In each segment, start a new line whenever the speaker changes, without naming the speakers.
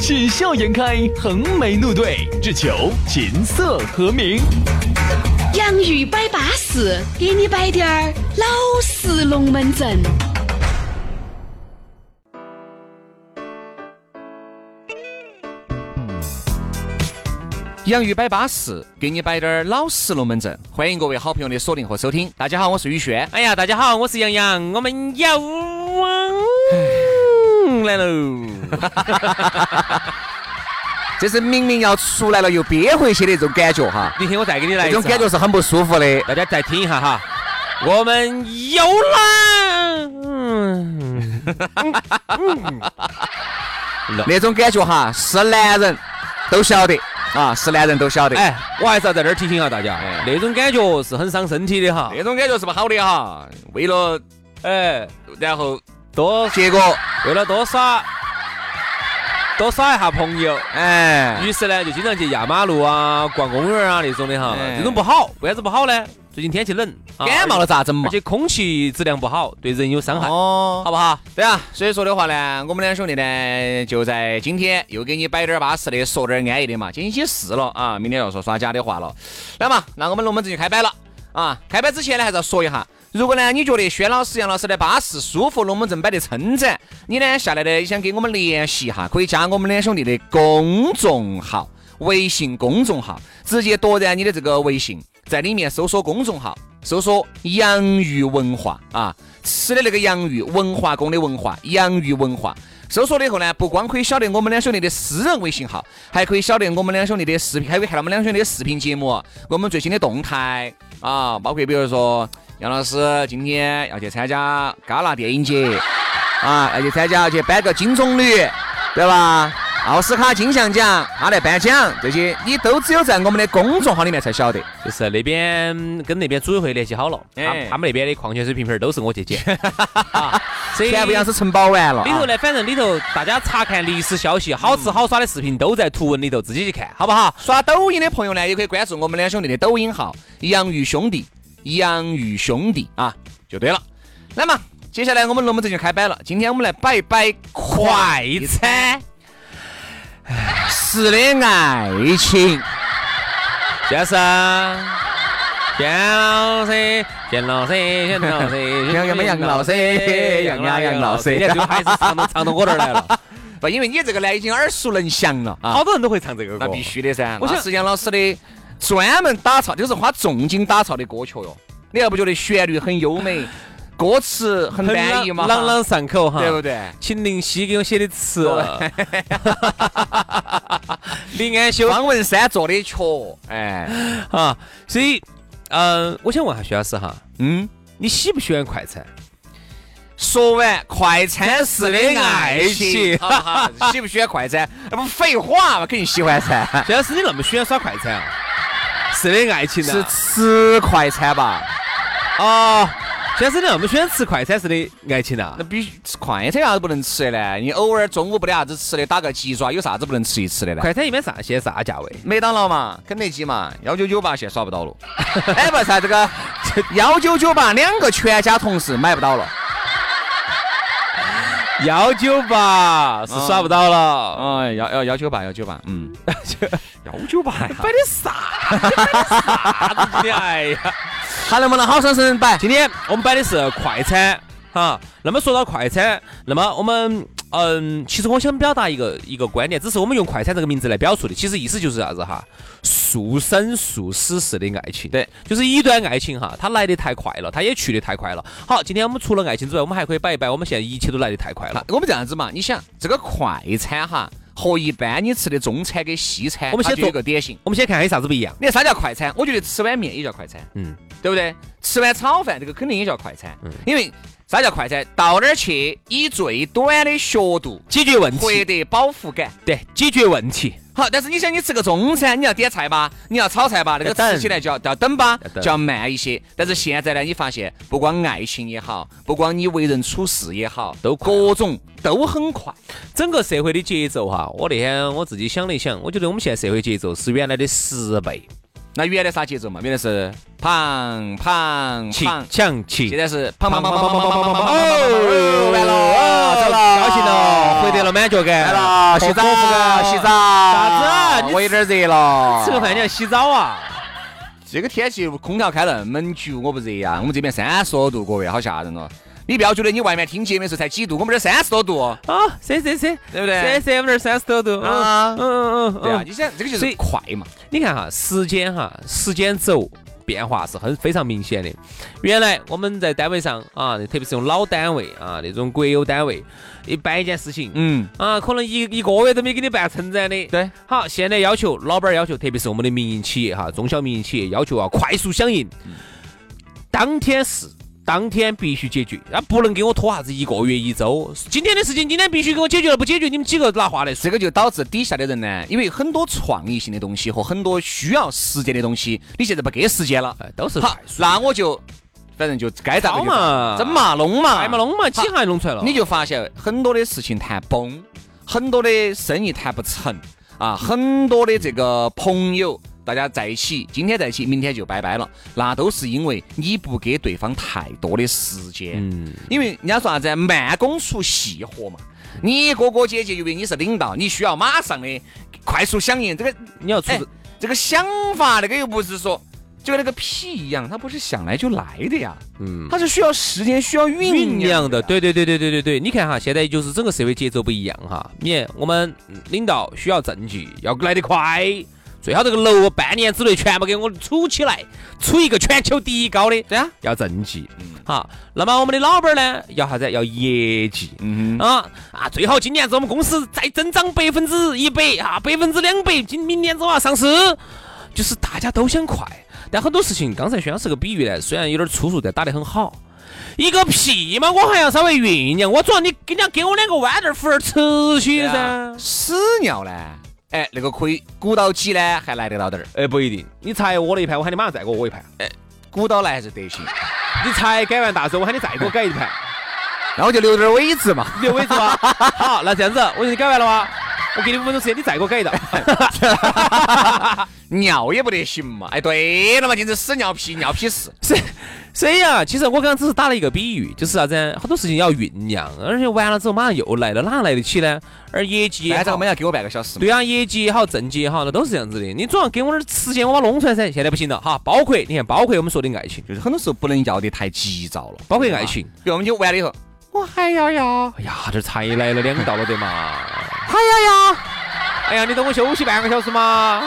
喜笑颜开，横眉怒对，只求琴瑟和鸣。
洋芋摆巴士，给你摆点儿老式龙门阵。
洋芋摆巴适，给你摆点儿老实龙门阵。欢迎各位好朋友的锁定和收听。大家好，我是宇轩。
哎呀，大家好，我是杨洋，我们要嗯来喽！
这是明明要出来了又憋回去的这种感觉哈，
你听我再给你来
这
一次
种
啊，
感觉是很不舒服的。
大家再听一下哈，我们又来。嗯，
那种感觉哈，是男人都晓得啊，是男人都晓得。
哎，我还是要在这儿提醒一下大家
哎，
那种感觉是很伤身体的哈。
哎
那种感觉是不好的哈。为了
哎，
然后
多
结果，
为了多耍多耍一下朋友，
哎，
于是呢就经常去压马路啊、逛公园啊那种的哈。
哎
这种不好，为啥子不好呢？最近天气冷，啊
感冒了咋整嘛
而？且空气质量不好，对人有伤害，
哦
好，不好？
对啊，所以说的话呢，我们两兄弟呢，就在今天又给你摆点儿巴适的，说点儿安逸的嘛。今天星期四了啊，明天要说耍假的话了。来嘛，那我们龙门阵就开摆了啊！开摆之前呢，还是要说一下。如果呢，你觉得轩老师、杨老师的巴适、舒服，龙门阵摆得称赞，你呢下来呢也想给我们联系一下，可以加我们两兄弟的公众号，微信公众号，直接夺然你的这个微信，在里面搜索公众号，搜索“洋芋文化”啊，吃的那个洋芋，文化宫的文化，洋芋文化。搜索了以后呢，不光可以晓得我们两兄弟的私人微信号，还可以晓得我们两兄弟的视频，还可以看到我们两兄弟的视频节目，啊我们最新的动态啊，包括比如说杨老师今天要去参加戛纳电影节啊，要去参加要去颁个金棕榈，对吧？奥斯卡金像奖，他来颁奖，这些你都只有在我们的公众号里面才晓得。
就是那边跟那边组委会联系好了，
哎
他们他们那边的矿泉水瓶瓶儿都是我去 捡，啊所以
全部样是承包完了、
里头
啊，
呢，反正里头大家查看历史消息，
嗯
好吃好耍的视频都在图文里头，自己去看，好不好？
刷抖音的朋友呢，也可以关注我们两兄弟的抖音号“洋芋兄弟”，洋芋兄弟啊，就对了。那么接下来我们龙门阵就开摆了，今天我们来摆一摆快餐式的爱情。
先生，轩老师，轩老师，轩老师，
杨杨杨老师杨杨杨老师
你看这个还是唱到唱到我这儿来了，
不，因为你这个呢已经耳熟能详了啊，
好多人都会唱这个歌，
那必须的噻。
我
那
想
是杨老师的专门打造，就是花重金打造的歌曲哟。你还不觉得旋律很优美，歌词很
很
单
朗
一嘛？
朗朗上口哈，
对不对？
秦林熙给我写的词，啊 临安修
方文山做的曲，哎，
啊，所以，嗯，我想问下徐老师哈，
嗯，
你喜不喜欢快餐？
说完快餐式的爱情，好 不好？喜不喜欢快餐？那不废话嘛，肯定喜欢噻。
徐老师，你那么喜欢耍快餐啊？是的，爱情啊
是
呐。
吃快餐吧？
哦，徐老师，你那么喜欢吃快餐式的爱情啊呐
那？必须吃快餐有啥子不能吃的呢？你偶尔中午不得啥子吃的，打个鸡爪有啥子不能吃一吃的呢？
快餐一般啥些啥价位？
麦当劳嘛，肯德基嘛，幺九九八现在耍不到了。 哎，不是啊这个 幺九九八两个全家同时买不到了。
幺九八是耍不到了。
哦，幺幺幺九八幺九八，嗯， 幺九八呀。
摆的啥？摆的啥子？哎呀，
还能不能好生生摆？
今天我们摆的是快餐哈。那么说到快餐，那么我们嗯，其实我想表达一个一个观点，只是我们用快餐这个名字来表述的，其实意思就是啥子哈？速生速死式的爱情，
对，
就是一段爱情哈，它来得太快了，它也去得太快了。好，今天我们除了爱情之外，我们还可以摆一摆，我们现在一切都来得太快了
好。我们这样子嘛，你想这个快餐哈，和一般你吃的中餐跟西餐，
我们先
它就有
做
一个典型。
我们先看看有啥子不一样。
你看啥叫快餐？我觉得吃碗面也叫快餐，
嗯，
对不对？吃完炒饭这个肯定也叫快餐，因为啥叫快餐？到那儿去以最短的学度
解决问
获
题，
得饱腹感。
对，解决问题。
好，但是你想，你吃个中餐，你要点菜吧，你要炒菜吧，那个
要等
吃起来就要就要等吧
要，等
就要慢一些。但是现在呢，你发现不光爱情也好，不光你为人处事也好，
都快
各种都很快。
整个社会的节奏哈，我那天我自己想了一想，我觉得我们现在社会节奏是原来的十倍，
那原来啥节奏嘛？原来是胖胖
强
胖，
强起
现。在是胖胖胖胖胖胖胖胖胖
哎
胖，哦，完了，
走了，高兴哎了，回得了满脚杆，
来了，洗澡啊洗澡，
啥子？你
我有点热了，
吃个饭你要洗澡啊？
这个天气空调开那么久，我不热呀、我们这边三十多度，各位，好吓人哦！你不要觉得你外面听节目的时候才几度，我们这儿三十多度。
啊，是是是，
对不对
是是，我们这儿三十多度
啊
嗯嗯嗯
对啊，
嗯。
你想这个就
所
是
以
快嘛。
你看哈，时间哈，时间轴变化是很非常明显的。原来我们在单位上啊，特别是用老单位啊，那种国有单位，一办一件事情，
嗯，
啊，可能一一个月都没给你办成噻的。
对，
好，现在要求老板儿要求，特别是我们的民营企业哈，中小民营企业要求啊，快速响应，当天是当天必须解决，啊，不能给我拖啥子一个月一周。今天的事情今天必须给我解决了，不解决你们几个拿话来说。
这个就导致底下的人呢，因为很多创意性的东西和很多需要时间的东西，你现在不给时间了。
哎，都是
好
快，速
那我就反正就该咋个
抄
就
嘛
整嘛弄嘛，
哎嘛弄嘛，几
好
下弄出来了。
你就发现很多的事情谈崩，很多的生意谈不成啊，很多的这个朋友大家在一起，今天在一起，明天就拜拜了，那都是因为你不给对方太多的时间。
嗯
因为人家说啥子啊慢工出细活嘛，你哥哥姐姐由于你是领导，你需要马上的快速响应，这个
你要出
哎这个想法那个又不是说就跟那个屁一样，它不是想来就来的呀，
嗯。
它是需要时间，需要
酝
酝
酿
酿
的，
的。
对对对对对对对，你看哈，现在就是整个社会节奏不一样哈。你看，我们领导需要政绩，要来得快，最好这个楼半年之内全部给我处起来，处一个全球第一高的，
对啊，
要政绩
嗯。
好，那么我们的老板儿呢，要啥子？要业绩。
嗯哼，
啊啊！最好今年子我们公司再增长百分之一百啊，百分之两百，今明年子啊上市，就是大家都想快。但很多事情，刚才薛老师这个比喻呢，虽然有点粗俗，但打得很好。一个屁嘛，我还要稍微酝酿。我主要你给人家给我两个豌豆粉儿吃起
对
噻。
啊屎尿呢？哎，那个可以鼓到几呢？还来得到点儿，
哎，不一定，你才我了一盘，我喊你马上再给我我一盘；
鼓到来还是得行。
你才改完大手，我喊你再给我改一盘，
那我就留点儿尾子嘛。
你留位置吧。好，那这样子，我就你改完了吗？我给你五分钟时间，你再给我改一道。
尿也不得行嘛。哎，对了嘛，就是屎尿屁尿屁屎。
所以 所以啊，其实我刚刚只是打了一个比喻，就是啥子呢？很多事情要酝酿，而且完了之后马上又来了，哪来得起呢？而业绩也
班长
好
们，要给我半个小时嘛。
对啊，业绩也好，政绩也好，那都是这样子的。你总要给我点时间，我把它弄出来噻。现在不行了哈，包括你看，包括我们说的爱情，
就是很多时候不能要得太急躁了，
包括爱情，
比如我们就完了以后，我还要要，
哎呀，这才来了两道了的嘛。哎呀呀，哎呀，你等我休息半个小时嘛。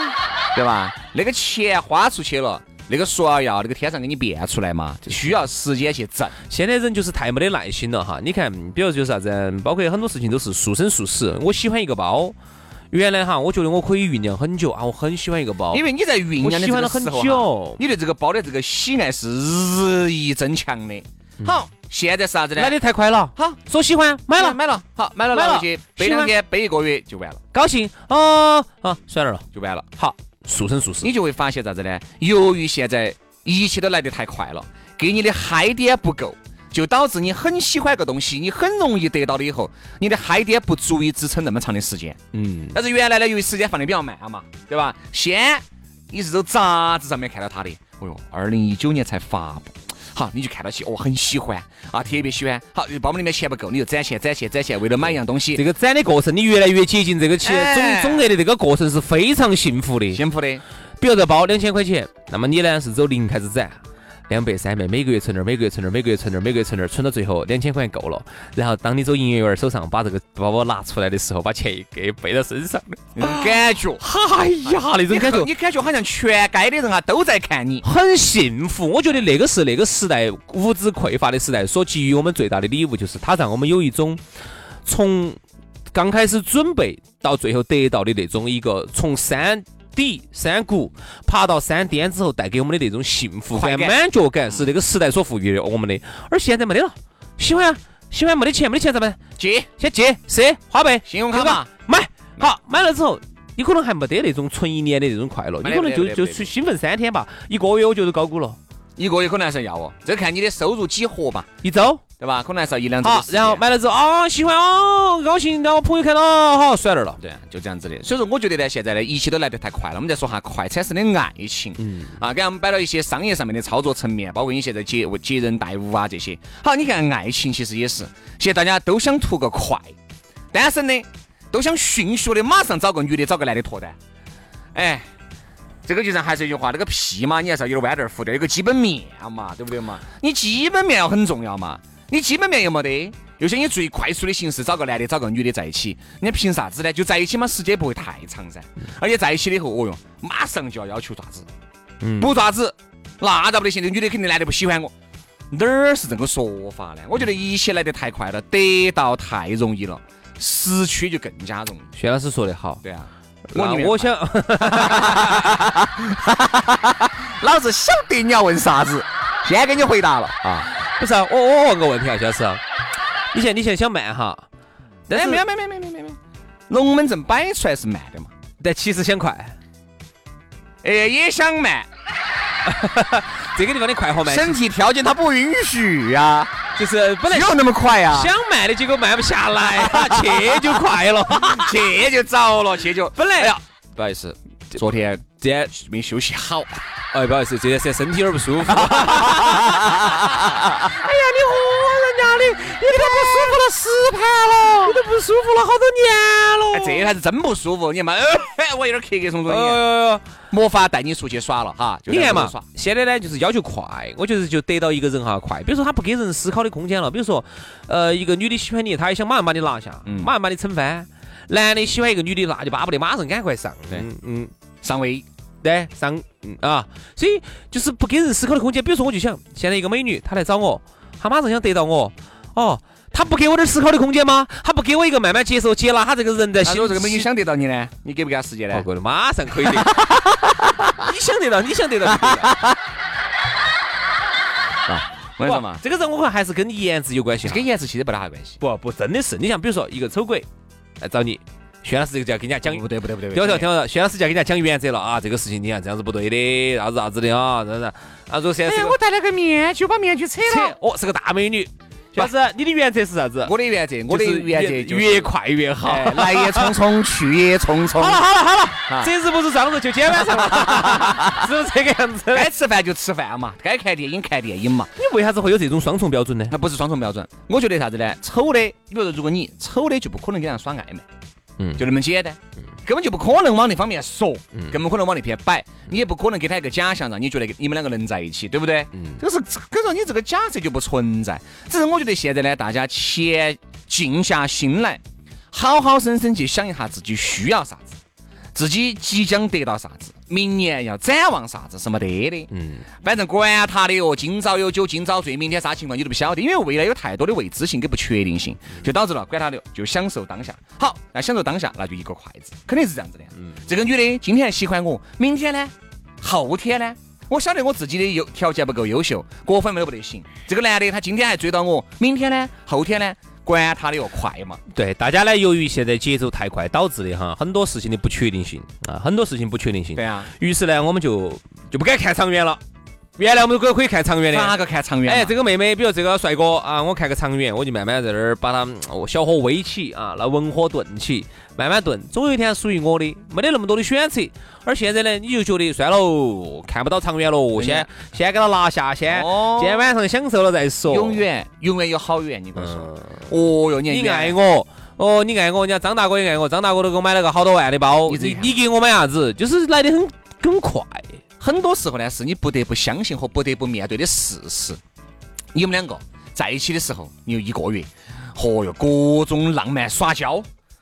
对吧？那个钱花出去了，那个说要要，那个天上给你变出来嘛，需要时间去挣。
现在人就是太没得耐心了哈。你看，比如就是啥子，包括很多事情都是速生速死。我喜欢一个包，原来哈，我觉得我可以酝酿很久啊，我很喜欢一个包，
因为你在酝酿的这个时
我喜欢
候
了
哈
很久，
你对这个包的这个喜爱是日益增强的。
嗯
好，现在是啥子呢
来？的太快了，
好，
说喜欢买了，
买了，好，买了
买
拿
了
回去背两天，背一个月就完了，
高兴哦啊，算了了，
就完了。
好，速生速死
你。就会发现啥子呢？由于现在一切都来得太快了，给你的嗨点不够，就导致你很喜欢个东西，你很容易得到了以后，你的嗨点不足以支撑那么长的时间。
嗯，
但是原来呢，由于时间放的比较慢嘛，对吧？先你是走杂志上面看到它的，哦哟，二零一九年才发布。好，你就看到起，哦，很喜欢啊，特别喜欢。好，包包里面钱不够，你就攒钱、攒钱、攒钱，为了买一样东西，
这个展的过程，你越来越接近这个其
哎
总总额的这个过程是非常幸福的。
幸福的。
比如这包两千块钱，那么你呢是走零开始攒，两百、三百，每个月存点儿，每个月存点儿，每个月存点儿，每个月存点儿，存到最后两千块钱够了。然后当你走营业员手上把这个包包拿出来的时候，把钱一给背到身上，
那种感觉，
哎呀，那种感觉
你感觉好像全街的人啊都在看你。
很幸福。我觉得那个是那个时代物质匮乏的时代所给予我们最大的礼物，就是它让我们有一种从刚开始准备到最后得到的那种一个从山。底山谷爬到山巅之后带给我们的那种幸福
快
感、
感
满脚感，是那个时代所赋予的我们的。而现在没得了，喜欢啊，喜欢没得钱，没得钱咋办？
姐，
先借、赊、花呗、
信用卡嘛
买好，买了之后你可能还没得那种存一年的那种快乐，你
没得
可能
没得
就
没得
就
没得
去兴奋三天吧，一个月我觉得高估了，
一个月可能还是要哦，这看你的收入几何吧，
一周。
对吧？可能还是要一两周的
好
时，间。
然后买了之后啊，喜欢哦，高兴，然后朋友看到哦好摔那儿了。
对，就这样子的。所以说，我觉得呢，现在呢，一切都来得太快了。我们再说下快餐式的爱情，嗯，啊，给他们摆到一些商业上面的操作层面，包括你现在接接人待物啊这些。好，你看爱情其实也是，现在大家都想图个快，单身的都想迅速的马上找个女的，找个男的脱单。哎，这个就是还是一句话，这个屁嘛，你还是要有点弯点儿弧度，有个基本面嘛，对不对嘛？你基本面要很重要嘛，你基本面又没得，又想以最快速的形式找个男的，找个女的在一起，你凭啥子呢？就在一起嘛，时间不会太长噻，而且在一起了以后，哦哟，马上就要要求爪子，不爪子，那咋不得行？这女的肯定男的不喜欢我。哪儿是这个说法呢？我觉得一切来得太快了，得到太容易了，失去就更加容易。
薛老师说的好，
对啊，
那
宁愿
我想，
老子晓得你要问啥子，先给你回答了啊。
不是啊我我问个问题啊，薛老师，你现在你现在想慢哈，但
哎，
是
没有没有没有没有没有没有，龙门阵摆出来是慢的嘛，
但其实想快，
哎，也想慢，
这个地方的快和慢
身体条件它不允许呀、
就是本来
只有那么快啊呀、
想慢的结果慢不下来，去就快 了。
去就早了，去就
本来
哎呀，不好意思，昨天
今天
没休息 好。
哎，不好意思，这段时间身体有点不舒服。哎呀，你和人家的，你都不舒服了十盘了，你都不舒服了好多
哎，这还是真不舒服，你看嘛，哎 我有点咳咳嗽嗽，
哎呦，
没法带你出去耍了哈。就
你看嘛
在屋头耍，
现在呢就是要求快，我觉得就得到一个人哈快，比如说他不给人思考的空间了，比如说，呃，一个女的喜欢你，她也想马上把你拿下，
嗯
马上把你撑翻；男的喜欢一个女的，那就巴不得马上赶快上，
对
嗯嗯，
上位，
对，上嗯啊，所以就是不给人思考的空间。比如说，我就想，现在一个美女她来找我，她马上想得到我，哦，她不给我点思考的空间吗？她不给我一个慢慢接受、接纳她这个人在
那
心。
哎如果这个美女想得到你呢，你给不给她时间
好
呢？
过的，马上 可以得。你想得到，你想得到就得到。
我跟你说嘛
不，这个人我看还是跟颜值有关系
这
哈
跟。颜值其实不大关系。
不不，真的是，你像比如说一个丑鬼来找你，薛老师这个就要跟人家讲
不对不对不对，
听我说，听我说，薛老师就要给人家讲原则了啊！这个事情你看这样是不对的，啥子啥子的啊，啥子啊！如果现在是个
哎戴了个面具，把面具扯
扯。，哦，是个大美女。薛老师，你的原则是啥子？
我的原则，我的
就是
原则就是
越快越好。
哎来也匆匆，去也匆匆。
好了好了好
啊
了，这次不是上周就今天晚上 了，是不是这个样子？哎
该吃饭就吃饭嘛，该看电影看电影嘛，
你为啥子会有这种双重标准呢？
那不是双重标准。我觉得啥子呢？丑的，你比如说，如果你丑的就不可能跟人家耍暧昧，
嗯
就那么简单，根本就不可能往那方面说，根本不可能往那边摆，
嗯
你也不可能给他一个假象，让你觉得你们两个能在一起，对不对？
嗯
这个是跟说你这个假设就不存在。只是我觉得现在呢，大家且静下心来，好好生生去想一下自己需要啥子。自己即将得到啥子，明年要展望啥子是没得的。嗯，反正管他的哟，今朝有酒今朝醉，明天啥情况你都不晓得，因为未来有太多的未知性跟不确定性，就导致了管他的，就享受当下。好，那享受当下，那就一个筷子，肯定是这样子的。嗯，这个女的今天还喜欢我，明天呢？后天呢？我晓得我自己的优条件不够优秀，各方面都不得行。这个男的他今天还追到我，明天呢？后天呢？管他的哟，快嘛！
对，大家呢，由于现在节奏太快导致的哈，很多事情的不确定性啊，很多事情不确定性。
对啊，
于是呢，我们就就不敢看长远了。原来我们都可以看长远的。
哪个看长远嘛？
哎，这个妹妹，比如这个帅哥啊，我看个长远，我就慢慢在那儿把他嗯哦小火煨起啊，那文火炖起，慢慢炖，总有一天属于我的，没得那么多的选择。而现在呢，你就觉得算喽，看不到长远喽，
对呀
先先给他拿下，先
哦
今天晚上享受了再说。嗯
永远永远有好远，你跟我说。哦哟，你
你爱
我，
我，哦，你爱我，人家张大哥也爱我，张大哥都给我买了个好多万的包，
你自己
你
看
你给我买啥子？就是来的很很快。
很多时候呢，是你不得不相信和不得不面对的事实。你们两个在一起的时候，你有一个月，嚯哟，各种浪漫耍娇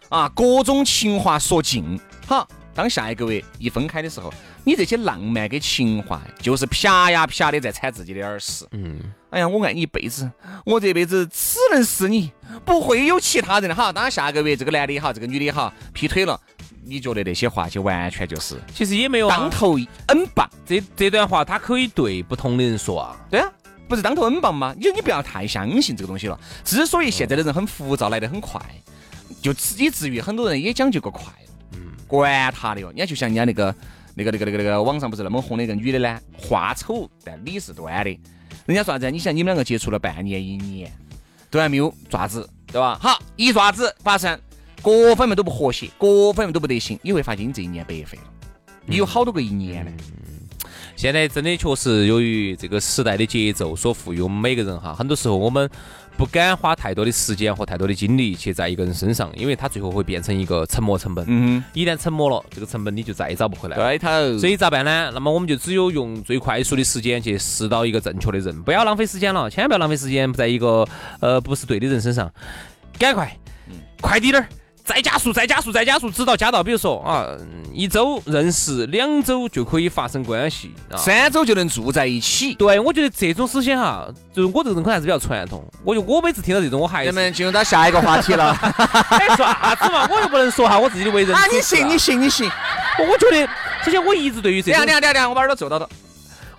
啊，各种情话说尽。好，当下一个月一分开的时候，你这些浪漫跟情话，就是啪呀啪的在踩自己的耳屎。
嗯，
哎呀，我爱你一辈子，我这辈子只能是你，不会有其他人了哈。当然，下个月这个男的也好，这个女的也好，劈腿了，你觉得那些话就完全就是
其实也没有、
当
啊，
头 N 棒，
这这段话他可以对不同的人说啊。
对啊，不是当头 N 棒吗？你你不要太相信这个东西了。之所以现在的人很浮躁，来得很快，就以至于很多人也讲究个快，嗯，各管他的哟。人家就像人家那个那个那个那个那个网上不是那么红的一个女的呢，话丑但理是端的。人家说啥子？你像你们两个接触了半年一年，都还没有爪子，对吧？好，一爪子发生，各方面都不和谐，各方面都不得行，你会发现你这一年白费了。你有好多个一年呢。
现在真的确实由于这个时代的节奏所赋予我们每个人哈，很多时候我们不敢花太多的时间和太多的精力去在一个人身上，因为他最后会变成一个沉没成本。
嗯
一旦沉没了，这个成本你就再也找不回来了。
对头。
所以咋办呢？那么我们就只有用最快速的时间去识到一个正确的人，不要浪费时间了，千万不要浪费时间在一个呃不是对的人身上，赶快，
嗯
快滴点儿。再加速，再加速，再加速，直到加到，比如说啊，一周认识，两周就可以发生关系啊。
三周就能住在一起。
对，我觉得这种思想哈，就是我这个人可能还是比较传统。我就我每次听到这种，我还
咱
是
们进入到下一个话题了。 啊，
哎说啥子嘛，我又不能说哈我自己的为人。
你 行，你行，你行。
我我觉得，首先我一直对于这
等一下，
种
等一，下，等一下，我把耳朵皱到了。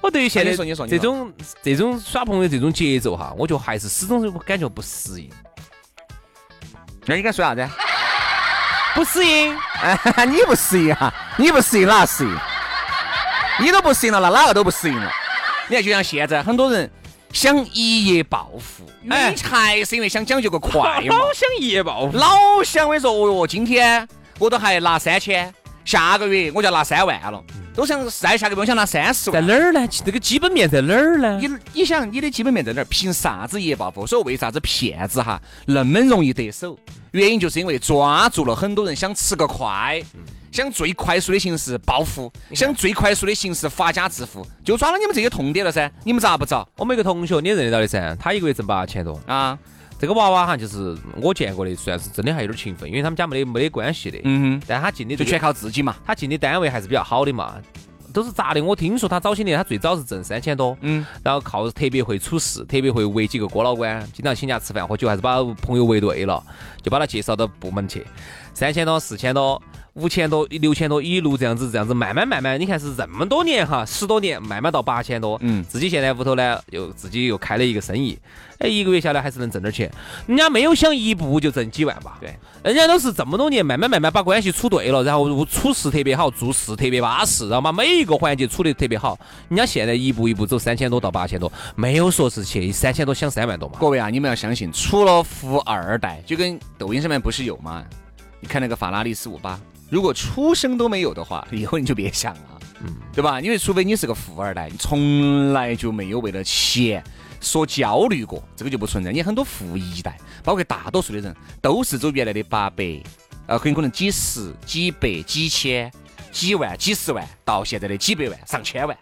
我对于现在
啊你说你说你
这
说
种这种耍朋友这种节奏哈，我就还是始终是感觉不适应，
那应该说啥子？
不适应。
哎，你不适应哈，你不适应哪适应？你都不适应了，那哪个都不适应了。你看，就像现在很多人想一夜暴富，
哎
你才是因为想讲究个快
老
嘛。
想
啊
夜暴富，
老想我跟你说，哦哟，今天我都还拿三千，下个月我就要拿三万了，都想再下个月我想拿三十
在
万。
哪儿呢？这个基本面在哪儿呢？
你你想你的基本面在哪儿？凭啥子一夜暴富？所以为啥子骗子哈那么容易得手？原因就是因为抓住了很多人想吃个快，想最快速的形式暴富，想最快速的形式发家致富，就抓了你们这些痛点了噻。你们咋不找
我们一个同学你也认得到的噻，他一个月挣八千多。
啊？
这个娃娃哈，就是我见过的，算是真的还有点勤奋，因为他们家没得没得关系的。
嗯
但他进的
哼，
这
就
个
全靠自己嘛。
他进的单位还是比较好的嘛，都是咋的？我听说他早些年他最早是挣三千多，
嗯，
然后靠特别会处事，特别会围几个哥老倌，经常请假吃饭喝酒，还是把朋友围对了，就把他介绍到部门去，三千多、四千多、五千多、六千多，一路这样子这样子慢慢慢慢，你看是这么多年哈，十多年慢慢到八千多，
嗯
自己现在屋头呢又自己又开了一个生意，哎，一个月下来还是能挣点钱，人家没有想一步就挣几万吧？
对，
人家都是这么多年慢慢慢慢把关系处对了，然后处事特别好，做事特别巴适，然后把每一个环节处得特别好。人家现在一步一步走三千多到八千多，没有说是去三千多想三万多嘛。
各位啊，你们要相信，除了富二代，就跟抖音上面不是有吗？你看那个法拉利四五八，如果出生都没有的话，以后你就别想了，对吧？因为除非你是个富二代，你从来就没有为了钱所焦虑过，这个就不存在。你很多富一代，包括大多数的人，都是走原来的八百，呃，很有可能几十、几百、几千、几万、几十万，到现在的几百万、上千万，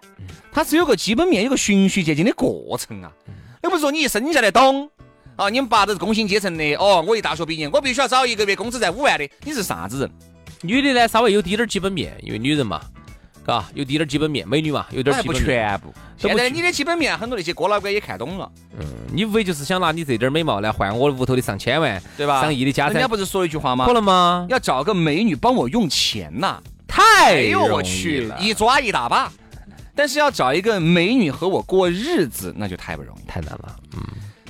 它是有个基本面，有个循序渐进的过程啊。又不是说你一生下来懂啊，你们爸都是工薪阶层的哦，我一大学毕业，我必须要找一个月工资在五万的，你是啥子人？
女的呢，稍微有滴点儿基本面，因为女人嘛，嘎，有滴点儿基本面，美女嘛，有
那
点儿
还
基
哎不
本面。
啊全
都不
部。现在
全
你的基本面，很多那些哥老倌也看懂了，
你无非就是想拿你这点儿美貌来换我屋头的上千万、
对吧？
上亿的家
啊人
产
家，不是说了一句话吗
可？能吗？
要找个美女帮我用钱呐、
太
哎呦我
容易
去
了，
一抓一大把。但是要找一个美女和我过日子，那就太不容易了。
太难了。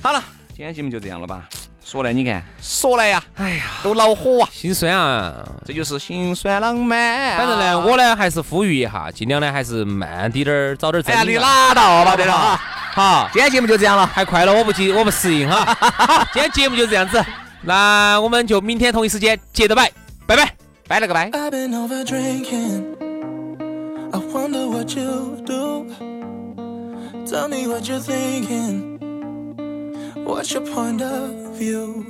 好了，今天节目就这样了吧？说来你看，说来呀，哎呀，都恼火啊！
心酸啊！
这就是心酸浪漫啊。
反正呢，我呢还是呼吁一下，尽量呢还是慢滴点儿，早点儿
哎
挣。
呀，你拉倒吧，对了啊。
好，
今天节目就这样了。
太快了，我不急，我不适应哈。好，今天节目就这样子，那我们就明天同一时间接着拜，拜拜。
拜了个拜。
I've been over drinking. I wonder what you do. Tell me what you're thinking. What's your point of view?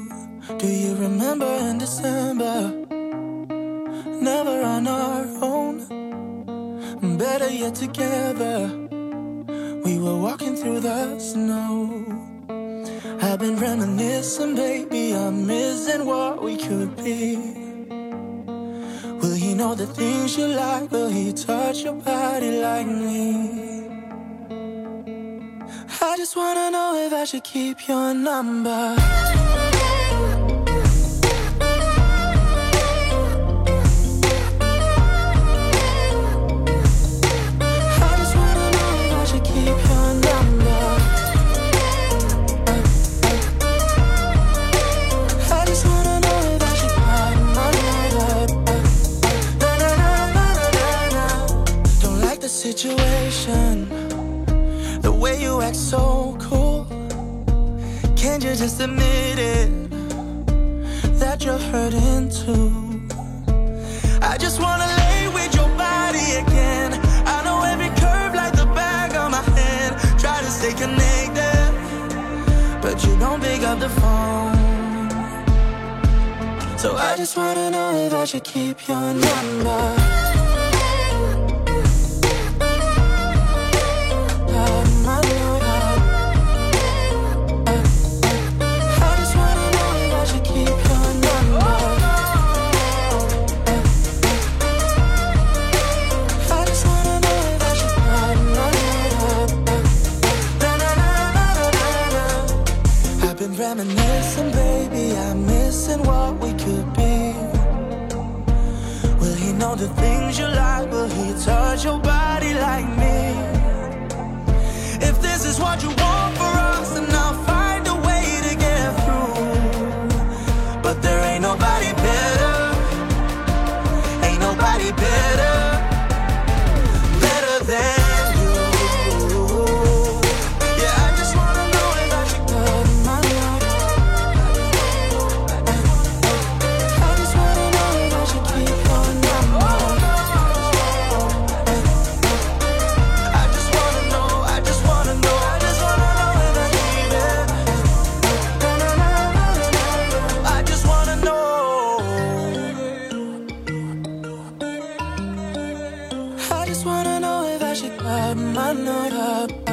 Do you remember in December? Never on our own. Better yet, together. We were walking through the snow. I've been reminiscing, baby. I'm missing what we could be. Will he know the things you like? Will he touch your body like me? I just wanna know if I should keep your number. I just wanna know if I should keep your number. I just wanna know if I should hide my number. Na, na, situation. The way you act so cool. Can't you just admit it? That you're hurting too. I just wanna lay with your body again. I know every curve like the back of my hand. Try to stay connected, but you don't pick up the phone. So I just wanna know if I should keep your number. Out of my mind. I just wanna know if I should keep your number. I just wanna know if I should I've been reminiscing, baby. I'm missing what we could be. Will he know the things you like? Will he touch your body like me? If this is what you want for us, then I'll find a way to get through. But there ain't nobody better. Ain't nobody better better than you. Yeah, I just wanna know if I should cut my love. I just wanna know if I should keep your number. I just wanna know, I just wanna know, I just wanna know if I need it. I just wanna know. I just wanna know if I should climb my nut up.